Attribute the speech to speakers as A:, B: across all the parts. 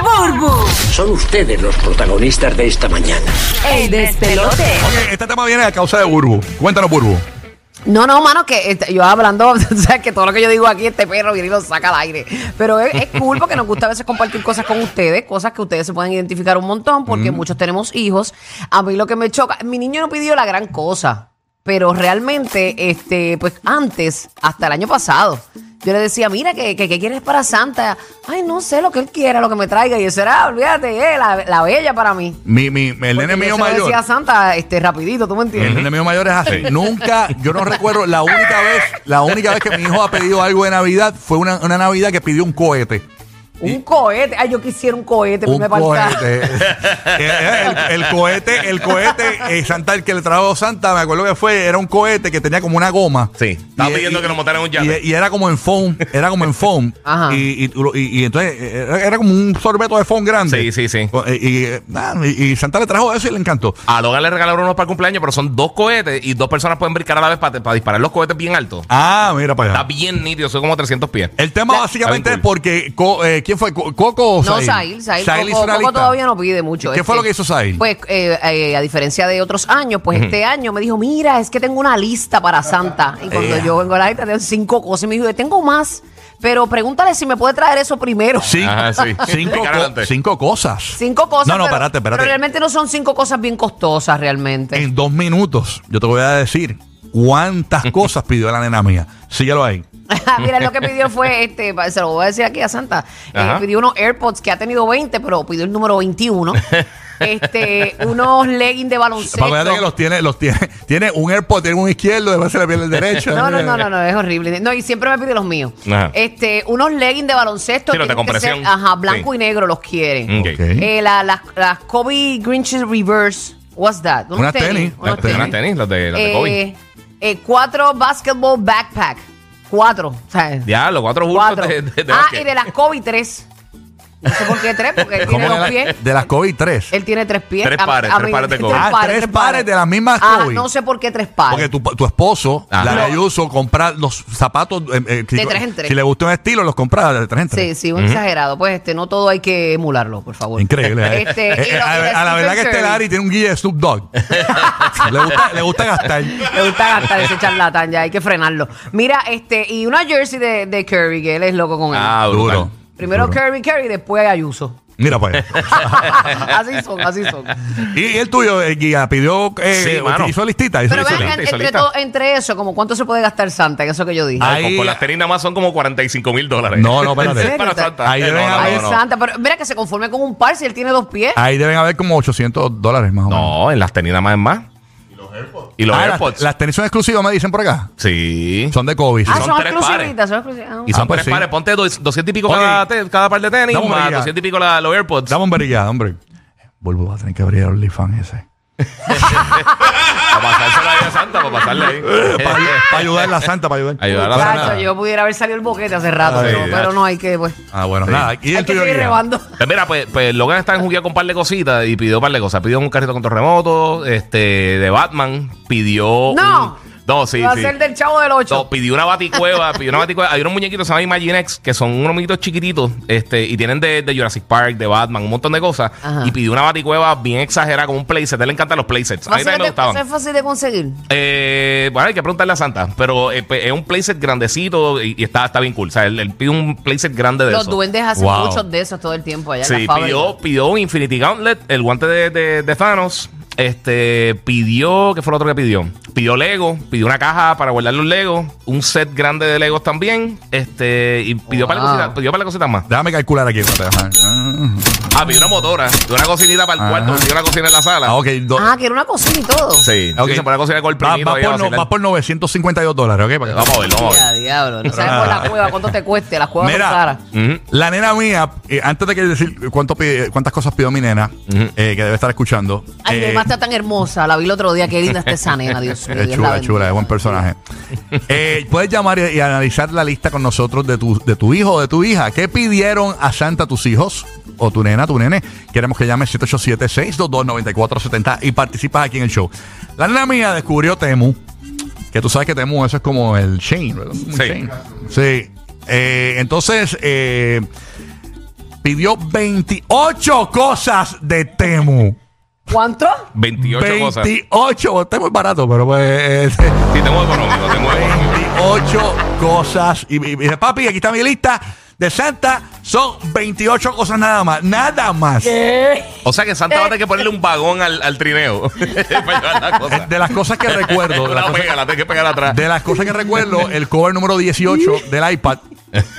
A: Burbu.
B: Son ustedes los protagonistas de esta mañana.
A: El despelote.
C: Ok, este tema viene a causa de Burbu. Cuéntanos, Burbu.
D: No, no, mano, que este, yo hablando, o sea, que todo lo que yo digo aquí, este perro viene y lo saca al aire. Pero es, es cool porque nos gusta a veces compartir cosas con ustedes, cosas que ustedes se pueden identificar un montón, porque muchos tenemos hijos. A mí lo que me choca, mi niño no pidió la gran cosa, pero realmente, este, pues antes, hasta el año pasado, yo le decía, mira, ¿qué, qué, qué quieres para Santa? Ay, no sé, lo que él quiera, lo que me traiga. Y eso era, olvídate, eh, la, la bella para mí.
C: Mi, mi, el nene
D: Porque yo
C: mío
D: se lo
C: mayor.
D: decía a Santa, este, rapidito, ¿tú me
C: El
D: entiendes?
C: nene mío mayor es así. Nunca, yo no recuerdo, la única vez, la única vez que mi hijo ha pedido algo de Navidad fue una, una Navidad que pidió un cohete.
D: Un cohete. Ay, yo quisiera un cohete, pues
C: Un
D: me partía.
C: cohete. Eh, el, el cohete, el cohete, eh, Santa, el que le trajo Santa, me acuerdo que fue, era un cohete que tenía como una goma.
E: Sí, estaba
C: Y- eh,
E: pidiendo
C: y-
E: que nos montaran un yate.
C: Y, y era como en foam, era como en foam.
D: Ajá.
C: Y, y tú lo- y- y entonces era, era como un sorbeto de foam grande.
E: Sí, sí, sí.
C: Y, y- nada, y- y Santa le trajo eso y le encantó.
E: A Logan le regalaron unos para el cumpleaños, pero son dos cohetes y dos personas pueden brincar a la vez para, para disparar los cohetes bien altos.
C: Ah, mira para allá.
E: Está bien nítido, son como 300 pies.
C: El tema básicamente
E: Está
C: es
E: bien cool.
C: porque co- eh, ¿quién fue? Co- ¿Coco o
D: No,
C: Sahil?
D: Sahil, Sahil.
C: hizo
D: Coco,
C: una
D: Coco
C: lista.
D: todavía no pide mucho.
C: ¿Qué fue lo que hizo Sahil?
D: Pues, eh, eh, a diferencia de otros años, pues este año me dijo, mira, es que tengo una lista para Santa. Y cuando
C: Ea.
D: yo vengo a la lista, tengo cinco cosas. Y me dijo, tengo más, pero pregúntale si me puede traer eso primero.
C: Cinco,
E: Ajá, sí.
C: cinco,
E: Cara
C: co-
E: adelante.
C: cinco cosas.
D: Cinco cosas.
C: No, no,
D: pero-
C: espérate, espérate.
D: Pero realmente no son cinco cosas bien costosas, realmente.
C: En dos minutos yo te voy a decir cuántas cosas pidió la nena mía. Síguelo ahí.
D: Mira, lo que pidió fue este, pa- se lo voy a decir aquí a Santa. Eh,
E: Ajá.
D: pidió unos AirPods que ha tenido 20, pero pidió el número 21. este, unos leggings de baloncesto.
C: Para que vean que los tiene, los tiene, tiene un AirPod, tiene un izquierdo, después se le pierde el derecho.
D: No, no, no, no, no, es horrible. No, y siempre me pide los míos.
E: Ajá.
D: Este, unos leggings de baloncesto.
E: Sí, los de
D: tienen que ser-
E: compresión.
D: Ajá, blanco
E: Sí.
D: y negro los quiere.
E: Mm.
C: Ok.
D: Eh, la- las, las Kobe Grinch Reverse. What's that? Unos
C: Unas tenis,
D: unos
C: las tenis.
E: Unas tenis, las de, las de Kobe.
D: Eh, eh, cuatro basketball backpack. Cuatro. O sea,
E: Diablo, cuatro bultos
D: cuatro.
E: de, de- de
D: ah,
E: básquet.
D: y de las Kobe tres. No sé por qué tres, porque él
C: ¿Cómo
D: tiene dos
C: de, la-
D: pies.
C: de las COVID tres.
D: Él tiene tres pies.
E: Tres
D: A-
E: pares,
D: a
E: tres
D: mí-
E: pares de Kobe.
C: Ah, tres pares de las mismas
D: Ajá,
C: Kobe.
D: Ah, no sé por qué tres pares.
C: Porque tu, tu esposo,
E: Ajá.
C: la de Ayuso, compra los zapatos. eh, eh, si,
D: Ah. De tres en tres.
C: si le gusta un estilo, los compra de tres en tres.
D: Sí, sí, un exagerado. Pues este, no todo hay que emularlo, por favor.
C: Increíble. ¿eh?
D: Este,
C: Eh,
D: y
C: eh,
D: lo-
C: a,
D: y de
C: a la verdad
D: Stephen
C: que este
D: Curry.
C: Larry tiene un guía de Snoop Dogg. le, gusta, le gusta gastar.
D: Le gusta gastar ese charlatán, ya hay que frenarlo. Mira, este, y una jersey de, de Curry, que él es loco con él.
E: Ah, brutal.
C: Duro.
D: Primero
C: Duro.
D: Curry, Curry, después Ayuso.
C: Mira pues.
D: así son, así son.
C: y, y el tuyo, eh, guía, pidió. Eh,
E: Sí, mano.
C: hizo listita. Hizo
D: Pero
C: listita.
D: vean,
E: solita, y
D: entre,
E: solita.
D: todo- entre eso, como cuánto se puede gastar Santa, en eso que yo dije.
C: Ah,
E: Ay,
C: ahí-
E: con, con las tenis nada más son como 45 mil dólares.
C: No, no, espérate.
E: Es para
D: ¿En serio?
E: Santa.
C: Ahí
E: Eh,
C: deben
E: no,
D: Ay,
C: haber-
E: no, no, no.
D: Santa, Ah, pero mira que se conforme con un par si él tiene dos pies.
C: Ahí deben haber como 800 dólares más o menos.
E: No, en las tenis nada más es más. Y los
C: Ah, las-
E: AirPods. Y los AirPods.
C: Las, tenis son exclusivas, me dicen por acá.
E: Sí.
C: Son de COVID.
D: ah,
E: son
D: son,
E: tres pares.
D: exclusivitas, son exclusivitas. Ah.
E: Y son
C: Ah, pues
E: tres
C: sí.
E: pares. Ponte dos- 200 y pico
C: Ok.
E: cada, te- cada par de tenis,
C: Dame una
E: más
C: idea.
E: 200 y pico la- los AirPods.
C: Dame un brillado, hombre. Vuelvo a tener que abrir el OnlyFans ese.
E: Para pasársela ahí a Santa, para pasarle ahí.
C: Para ayudar a la santa, para ayudar.
E: Ayudar a la
D: Chacho,
E: Santa.
D: yo pudiera haber salido el boquete hace rato,
C: Ay,
D: pero,
E: Dios.
D: pero no hay que, pues.
C: Ah, bueno,
E: Sí.
C: nada. ¿Y el
D: Hay que
C: tuyo,
D: seguir
C: guía?
D: rebando.
E: Pues mira, pues, pues Logan está en juguía con un par de cositas y pidió un par de cosas. Pidió un carrito control remoto, este, de Batman, pidió.
D: No.
E: un- no, sí,
D: Va a
E: sí.
D: ser del chavo del 8.
E: No, pidió una baticueva, pidió una baticueva. Hay unos muñequitos, se llaman Imaginex, que son unos muñequitos chiquititos, este, y tienen de, de Jurassic Park, de Batman, un montón de cosas.
D: Ajá.
E: Y pidió una baticueva bien exagerada con un playset. A él le encantan los playsets. A mí
D: Fácil
E: también me
D: de-
E: gustaban.
D: eso es fácil de conseguir.
E: Eh, bueno, hay que preguntarle a Santa, pero eh, pe- es un playset grandecito y, y está, está bien cool. O sea, él, él pide un playset grande de
D: Los
E: eso.
D: duendes hacen
C: Wow.
D: muchos de esos todo el tiempo allá. en
E: Sí,
D: la fábrica.
E: pidió, pidió un Infinity Gauntlet, el guante de, de- de Thanos. Este, pidió, ¿qué fue lo otro que pidió? Pidió Lego, pidió una caja para guardar los Legos, un set grande de Legos también. Este, y pidió para
D: Wow.
E: cositas, pidió para cositas más.
C: Déjame calcular aquí. espérate, déjame. Ah.
E: Ah, pidió una motora. Pidió una cocinita para el
C: Ajá.
E: cuarto. Pidió una cocina en la sala.
C: Ah, ok. do-
D: Ah, que era una cocina y todo.
E: Sí.
C: ok.
E: Sí, se pone a cocinar con el
C: Va-
E: primito.
C: va
E: ahí a
C: por no-
E: vacilar.
C: va por 952 dólares, ¿ok? Para que-
E: Vamos a ver, vamos a
D: Ya,
E: ver.
D: diablo. No sabes por la cueva cuánto te cueste. Las cuevas
C: Ah. Mira.
D: son caras.
E: Ujú.
C: La nena mía, eh, antes de que decir cuánto pide- cuántas cosas pidió mi nena, eh, que debe estar escuchando.
D: Ay, mi
C: eh,
D: mamá está tan hermosa. La vi el otro día. Qué linda está esa nena, Dios mío.
C: Es
D: Dios la
C: chula,
D: bendiga.
C: chula, es buen personaje. Eh, puedes llamar y, y analizar la lista con nosotros de tu, de tu hijo o de tu hija. ¿Qué pidieron a Santa tus hijos? O tu nena, tu nene. Queremos que llames 787-622-9470 y participas aquí en el show. La nena mía descubrió Temu. Que tú sabes que Temu, eso es como el chain, ¿verdad? Un
E: Sí.
C: chain. Sí. Eh, entonces, eh, pidió 28 cosas de Temu.
D: ¿Cuánto?
E: 28 cosas.
C: 28, está muy barato, pero pues... eh,
E: Sí, tengo económico, tengo económico.
C: 28 cosas. Y, y- y dice, papi, aquí está mi lista de Santa. Son 28 cosas nada más. Nada más.
E: O sea que Santa va a tener que ponerle un vagón al, al trineo. para llevar las cosas.
C: De las cosas que recuerdo. De
E: Una
C: las cosas,
E: pega, la tengo que pegar atrás.
C: de las cosas que recuerdo, el cover número 18 del iPad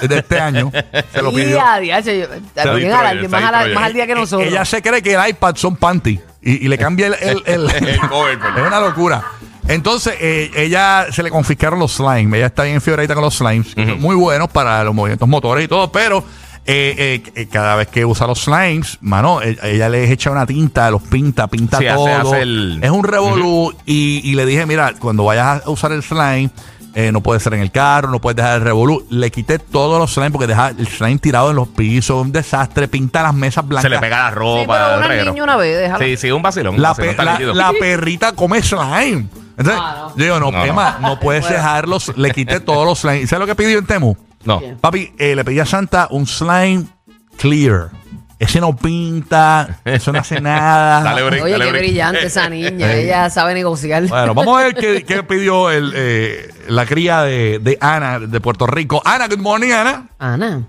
C: de este año. Se lo pidió.
D: Ya, ya, che, yo- también a la-
E: Troyer,
D: más, a la-
E: Troyer.
D: más al día que nosotros.
C: Eh, Ella se cree que el iPad son panty. Y, y le cambia el... el- el-
E: El cover,
C: es
E: perdón.
C: una locura. Entonces, eh, ella se le confiscaron los slimes. Ella está bien fiebrita con los slimes. que son Muy buenos para los movimientos motores y todo, pero eh, eh, eh, cada vez que usa los slimes, mano, eh, ella les echa una tinta, los pinta, pinta
E: Sí, hace-
C: todo.
E: hace el-
C: Es un revolú. y, y le dije, mira, cuando vayas a usar el slime, eh, no puede ser en el carro, no puedes dejar el revolú. Le quité todos los slimes porque deja el slime tirado en los pisos, un desastre. Pinta las mesas blancas.
E: Se le pega la ropa.
D: Sí, pero una
E: el reguero.
D: niña una vez, déjala.
E: Sí, sí, un vacilón. un
C: La,
E: vacilón,
C: pe-
E: está
C: la-
E: nítido.
C: la perrita come slime. Entonces,
D: Ah, no.
C: yo digo, no,
E: No,
C: Emma, no, puedes dejarlos. Le quité todos los slime. ¿Sabes lo que pidió en Temu?
E: No.
C: Papi, eh, le pedí a Santa un slime clear. Ese no pinta, eso no hace nada.
E: Dale, break,
D: Oye,
E: dale,
D: qué
E: break.
D: brillante esa niña. Ella sabe negociar.
C: Bueno, vamos a ver qué, qué pidió el, eh, la cría de, de Ana de Puerto Rico. Ana, good morning, Ana.
D: Ana.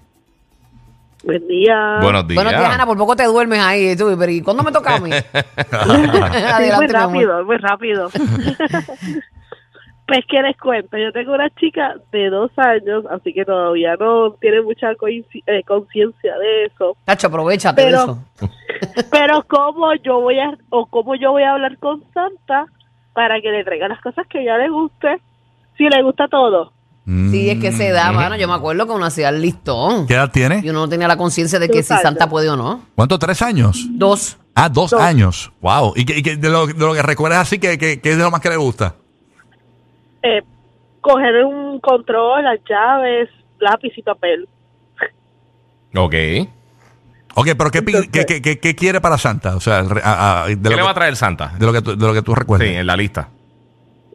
F: Buen día.
E: Buenos días.
D: Bueno, tía Ana, por poco te duermes ahí. Tú, pero ¿y cuándo me toca a mí?
F: Sí, muy
D: Adelante, mi amor.
F: rápido, muy rápido. pues que les cuento, yo tengo una chica de dos años, así que todavía no tiene mucha coinci- eh, conciencia de eso.
D: Tacho, aprovechate de
F: Pero-
D: eso.
F: Pero cómo yo voy a o cómo yo voy a hablar con Santa para que le traiga las cosas que ya le guste, si le gusta todo.
D: Sí,
C: Mm.
D: es que se da, mano. Yo me acuerdo que uno hacía el listón.
C: ¿Qué edad
D: Y
C: tiene?
D: uno no tenía la conciencia de que si
F: Exacto.
D: Santa puede o no.
C: ¿Cuánto? ¿Tres años?
D: Dos.
C: Ah, dos,
F: Dos.
C: años. Wow. ¿Y, que, de, lo, de lo que recuerdas así, que, que, que es de lo más que le gusta?
F: Eh, coger un control, las llaves, lápiz y papel.
E: Ok. ¿Qué
C: Ok, pero ¿qué, pi-
F: Entonces-
C: qué- qué- qué- qué quiere para Santa? O sea, el re- a- a- de, lo
E: le va a
C: que,
E: traer Santa?
C: de lo que tú, de lo que tú
E: Sí,
C: recuerdas.
E: en la lista.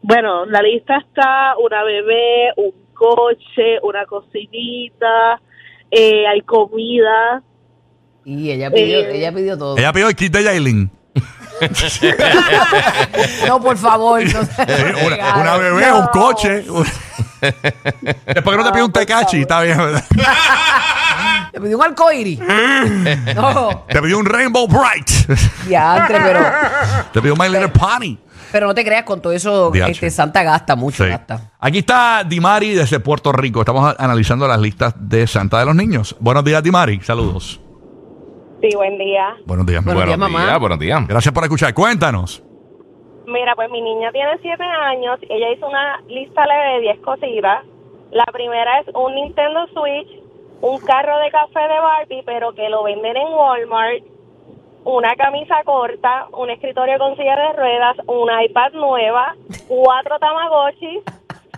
F: Bueno, la lista está una bebé, un coche, una cocinita, eh, hay comida.
D: Y ella pidió,
F: Eh.
D: ella pidió todo.
C: Ella pidió el kit de Yailin.
D: No, por favor. no se
C: Eh,
D: regale.
C: una, una bebé, un
F: No.
C: coche. un- Después que no te pide un tecachi, está bien. ¿verdad?
D: Le pidió un arcoíris. no.
C: Te pidió un Rainbow Bright.
D: Diantre, pero,
C: Te pidió My Little Pony.
D: pero no te creas, con todo eso,
C: Diache.
D: este, Santa gasta mucho,
C: Sí.
D: gasta.
C: Aquí está Dimari desde Puerto Rico. Estamos a- analizando las listas de Santa de los niños. Buenos días, Dimari. Saludos.
F: Sí, buen día.
C: Buenos días.
D: Buenos días, mamá.
E: buenos días.
C: Gracias por escuchar. Cuéntanos.
F: Mira, pues mi niña tiene siete años y ella hizo una lista leve de 10 cositas. La primera es un Nintendo Switch, un carro de café de Barbie, pero que lo venden en Walmart, una camisa corta, un escritorio con silla de ruedas, un iPad nueva, cuatro Tamagotchis,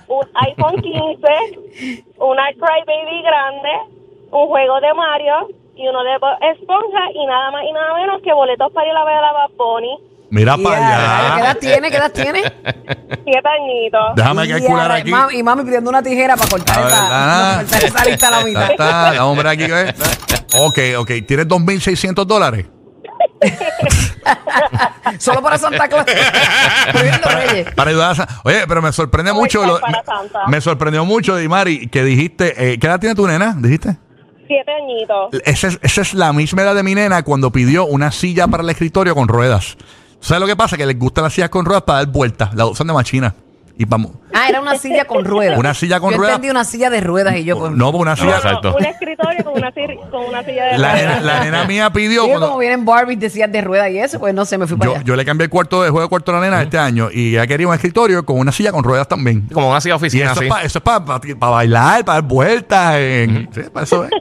F: un iPhone 15, una Crybaby grande, un juego de Mario y uno de Bob Esponja y nada más y nada menos que boletos para ir a ver a Bad Bunny.
C: Mira
D: Ya,
C: para
D: ¿Qué
C: allá.
D: edad tiene? ¿Qué edad tiene?
F: Siete añitos.
C: Déjame
D: Y
C: calcular
D: ahora,
C: aquí.
D: mami- y mami pidiendo una tijera para cortar,
C: La
D: esa,
C: verdad.
D: para cortar esa lista a la mitad.
C: Ta, ta, la hombre aquí, ¿eh? Ok, ok. ¿Tienes 2.600 dólares?
D: Solo para Santa Claus. Prohibiendo Reyes.
C: Para ayudar a San- Oye, pero me sorprende
F: Ay,
C: mucho.
F: ay,
C: lo-
F: para
C: me-
F: Santa.
C: me, sorprendió mucho, Dimari, que dijiste. eh, ¿Qué edad tiene tu nena? ¿Dijiste?
F: Siete añitos.
C: Esa es, esa es la misma edad de mi nena cuando pidió una silla para el escritorio con ruedas. ¿Sabes lo que pasa? Que les gustan las sillas con ruedas para dar vueltas. La usan de machina. Y vamos.
D: Ah, era una silla con ruedas.
C: Una silla con
D: yo
C: ruedas.
D: entendí una silla de ruedas y yo pues,
C: No, por una
E: No,
C: silla.
E: exacto.
F: Un escritorio con una, sir- con una silla de
C: la,
F: ruedas.
C: nena, la nena mía pidió.
D: Yo
C: cuando-
D: como vienen Barbies de sillas de ruedas y eso, pues no sé, me fui para
C: yo,
D: allá.
C: yo le cambié el cuarto de juego de cuarto a la nena este año y ella quería un escritorio con una silla con ruedas también.
E: Como una silla
C: Y
E: oficina
C: eso
E: así.
C: es, pa- eso es para bailar, para dar vueltas. en- sí, para eso es.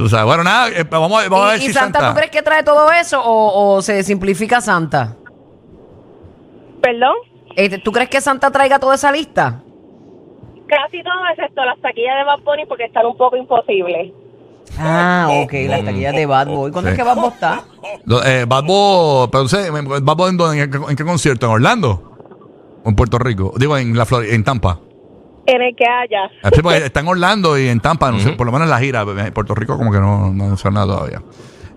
C: O sea, bueno, nada, eh, vamos, a- vamos a ver
D: ¿Y, y
C: si
D: Santa, tú crees que trae todo eso o, o se simplifica Santa?
F: Perdón,
D: Este, ¿Tú crees que Santa traiga toda esa lista?
F: casi todo excepto las taquillas de Bad Bunny porque están un poco imposibles.
D: Ah, ok, las taquillas de Bad Boy. ¿Cuándo
C: Sí.
D: es que Bad Boy está?
C: Lo- eh, Bad Bunny, pero no sé, Bad Bunny, ¿en, dónde? ¿En qué, en qué concierto? ¿En Orlando? ¿O en Puerto Rico? Digo, en la Flor en Tampa.
F: En el que haya.
C: Ah, sí, porque está en Orlando y en Tampa, no sé, por lo menos en la gira. pero En Puerto Rico como que no, no se nada todavía.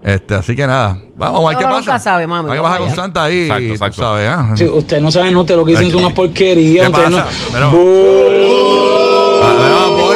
C: Este, así que nada, vamos, a ver
D: No,
C: qué
D: uno
C: pasa.
D: nunca sabe, mami,
C: Hay que
D: vamos
C: bajar con
D: allá.
C: Santa ahí.
E: Exacto,
C: tú
E: exacto.
C: sabes, ah.
G: Si usted no sabe, no, te lo que dicen es una
C: ¿Qué
G: porquería. usted no-
C: pasa? Pero- Ah, no, pobre.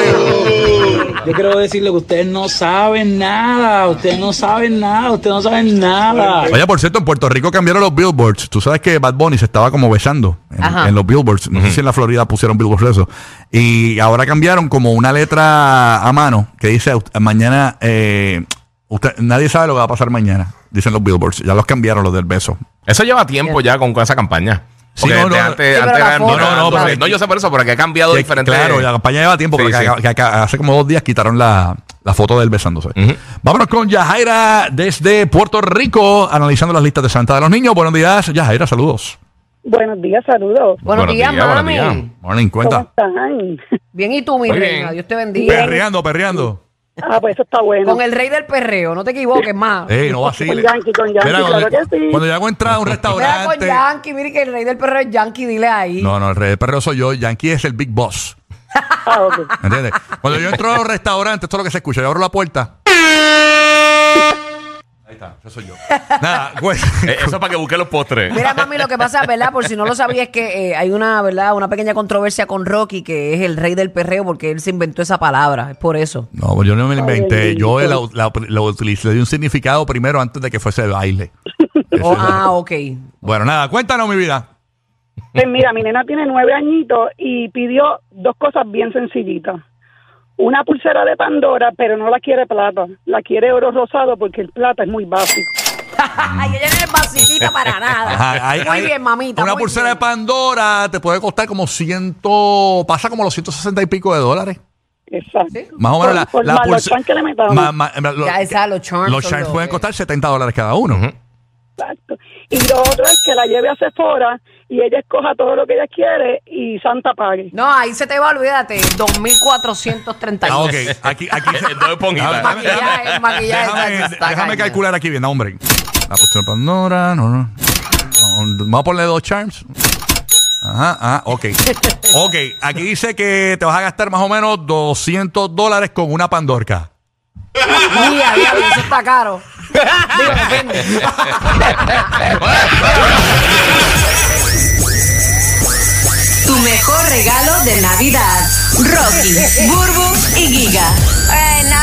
G: Yo quiero decirle que ustedes no saben nada, ustedes no saben nada, ustedes no saben nada.
C: Oye, por cierto, en Puerto Rico cambiaron los billboards. Tú sabes que Bad Bunny se estaba como besando en,
D: Ajá.
C: en los billboards. No sé si en la Florida pusieron billboards de eso. Y ahora cambiaron como una letra a mano que dice mañana, eh, usted- nadie sabe lo que va a pasar mañana. Dicen los billboards. Ya los cambiaron los del beso.
E: Eso lleva tiempo ya ya con esa campaña.
C: Sí,
E: Porque
C: no,
E: antes-
C: no, no.
E: antes-
D: Sí, pero
E: antes
D: la
E: eran-
D: foto,
E: no, no,
D: la
E: no,
D: foto.
E: no, yo sé por eso, porque ha cambiado
C: Que-
E: diferente.
C: Claro, la campaña lleva tiempo, porque
E: Sí,
C: acá-
E: sí.
C: que acá- hace como dos días quitaron la, la foto del besándose.
E: Ujú.
C: Vámonos con Yajaira desde Puerto Rico, analizando las listas de Santa de los niños. Buenos días, Yajaira, saludos.
H: Buenos días, saludos.
D: Buenos, días,
E: buenos
D: mami.
E: días.
C: Morning,
H: ¿Cómo
C: cuenta.
H: están?
D: Bien, ¿y tú, mi
E: Muy
D: reina?
E: bien.
D: Dios te bendiga.
C: Perreando, perreando.
H: Ah, pues eso está bueno.
D: Con el rey del perreo, no te equivoques más.
C: Ey, no vaciles.
H: Con Yankee, con Yankee,
C: Mira,
H: claro
C: cuando,
H: que sí.
C: cuando yo hago entrar a un
D: Mira con
C: restaurante.
D: Yankee, mire que el rey del perreo es Yankee, dile ahí.
C: No, no, el rey del perreo soy yo. Yankee es el big boss.
H: Ah, ok.
C: ¿me ¿Entiendes? Cuando yo entro a un restaurante, esto es lo que se escucha. Yo abro la puerta. Ahí está, eso soy yo. Nada, güey.
E: Eh, Eso es para que busque los postres.
D: Mira, mami, lo que pasa, ¿verdad? Por si no lo sabías, es que eh, hay una, ¿verdad? Una pequeña controversia con Rocky, que es el rey del perreo, porque él se inventó esa palabra. Es por eso.
C: No, pues yo no me la
H: Ay,
C: inventé.
H: bendito.
C: Yo la, la- la utilicé, le di un significado primero antes de que fuese el baile. Eso
D: Oh,
C: es- Mm.
D: ah, ok.
C: Bueno, nada, cuéntanos mi vida.
H: Pues mira, mi nena tiene nueve añitos y pidió dos cosas bien sencillitas. Una pulsera de Pandora, pero no la quiere plata. La quiere oro rosado porque el plata es muy básico.
D: Ay, ella no es basiquita para nada.
C: Ajá, hay-
D: muy
C: hay-
D: bien, mamita.
C: Una
D: muy
C: pulsera
D: bien.
C: de Pandora te puede costar como ciento, pasa como los 160 y pico de dólares.
H: Exacto.
C: Más o menos la,
H: Por- por
C: la
H: más los
C: pulse-
H: charms que le metamos.
C: ma- ma- ma- lo-
D: Ya, esa, los charms
C: los
D: son
C: charms
D: los
C: pueden
D: que-
C: costar 70 dólares cada uno.
H: Exacto. Y lo otro es que la lleve a Sephora y ella escoja todo lo que ella quiere y Santa pague.
D: No, ahí se te va, olvídate. 2431.
C: Ah, ok. Aquí, aquí se-
E: Dos esponjitas.
C: Déjame-
D: Maquillaje, el maquillaje está-
C: Déjame,
D: está
C: déjame
D: caña.
C: calcular aquí bien, no, hombre. La pulsera de Pandora, no, no. No, Vamos a ponerle dos charms. Ajá, ah, ok. Ok, aquí dice que te vas a gastar más o menos 200 dólares con una pandorca.
D: Mira, mira, eso está caro. Digo, depende.
A: Tu mejor regalo de Navidad. Rocky, Burbu y Giga.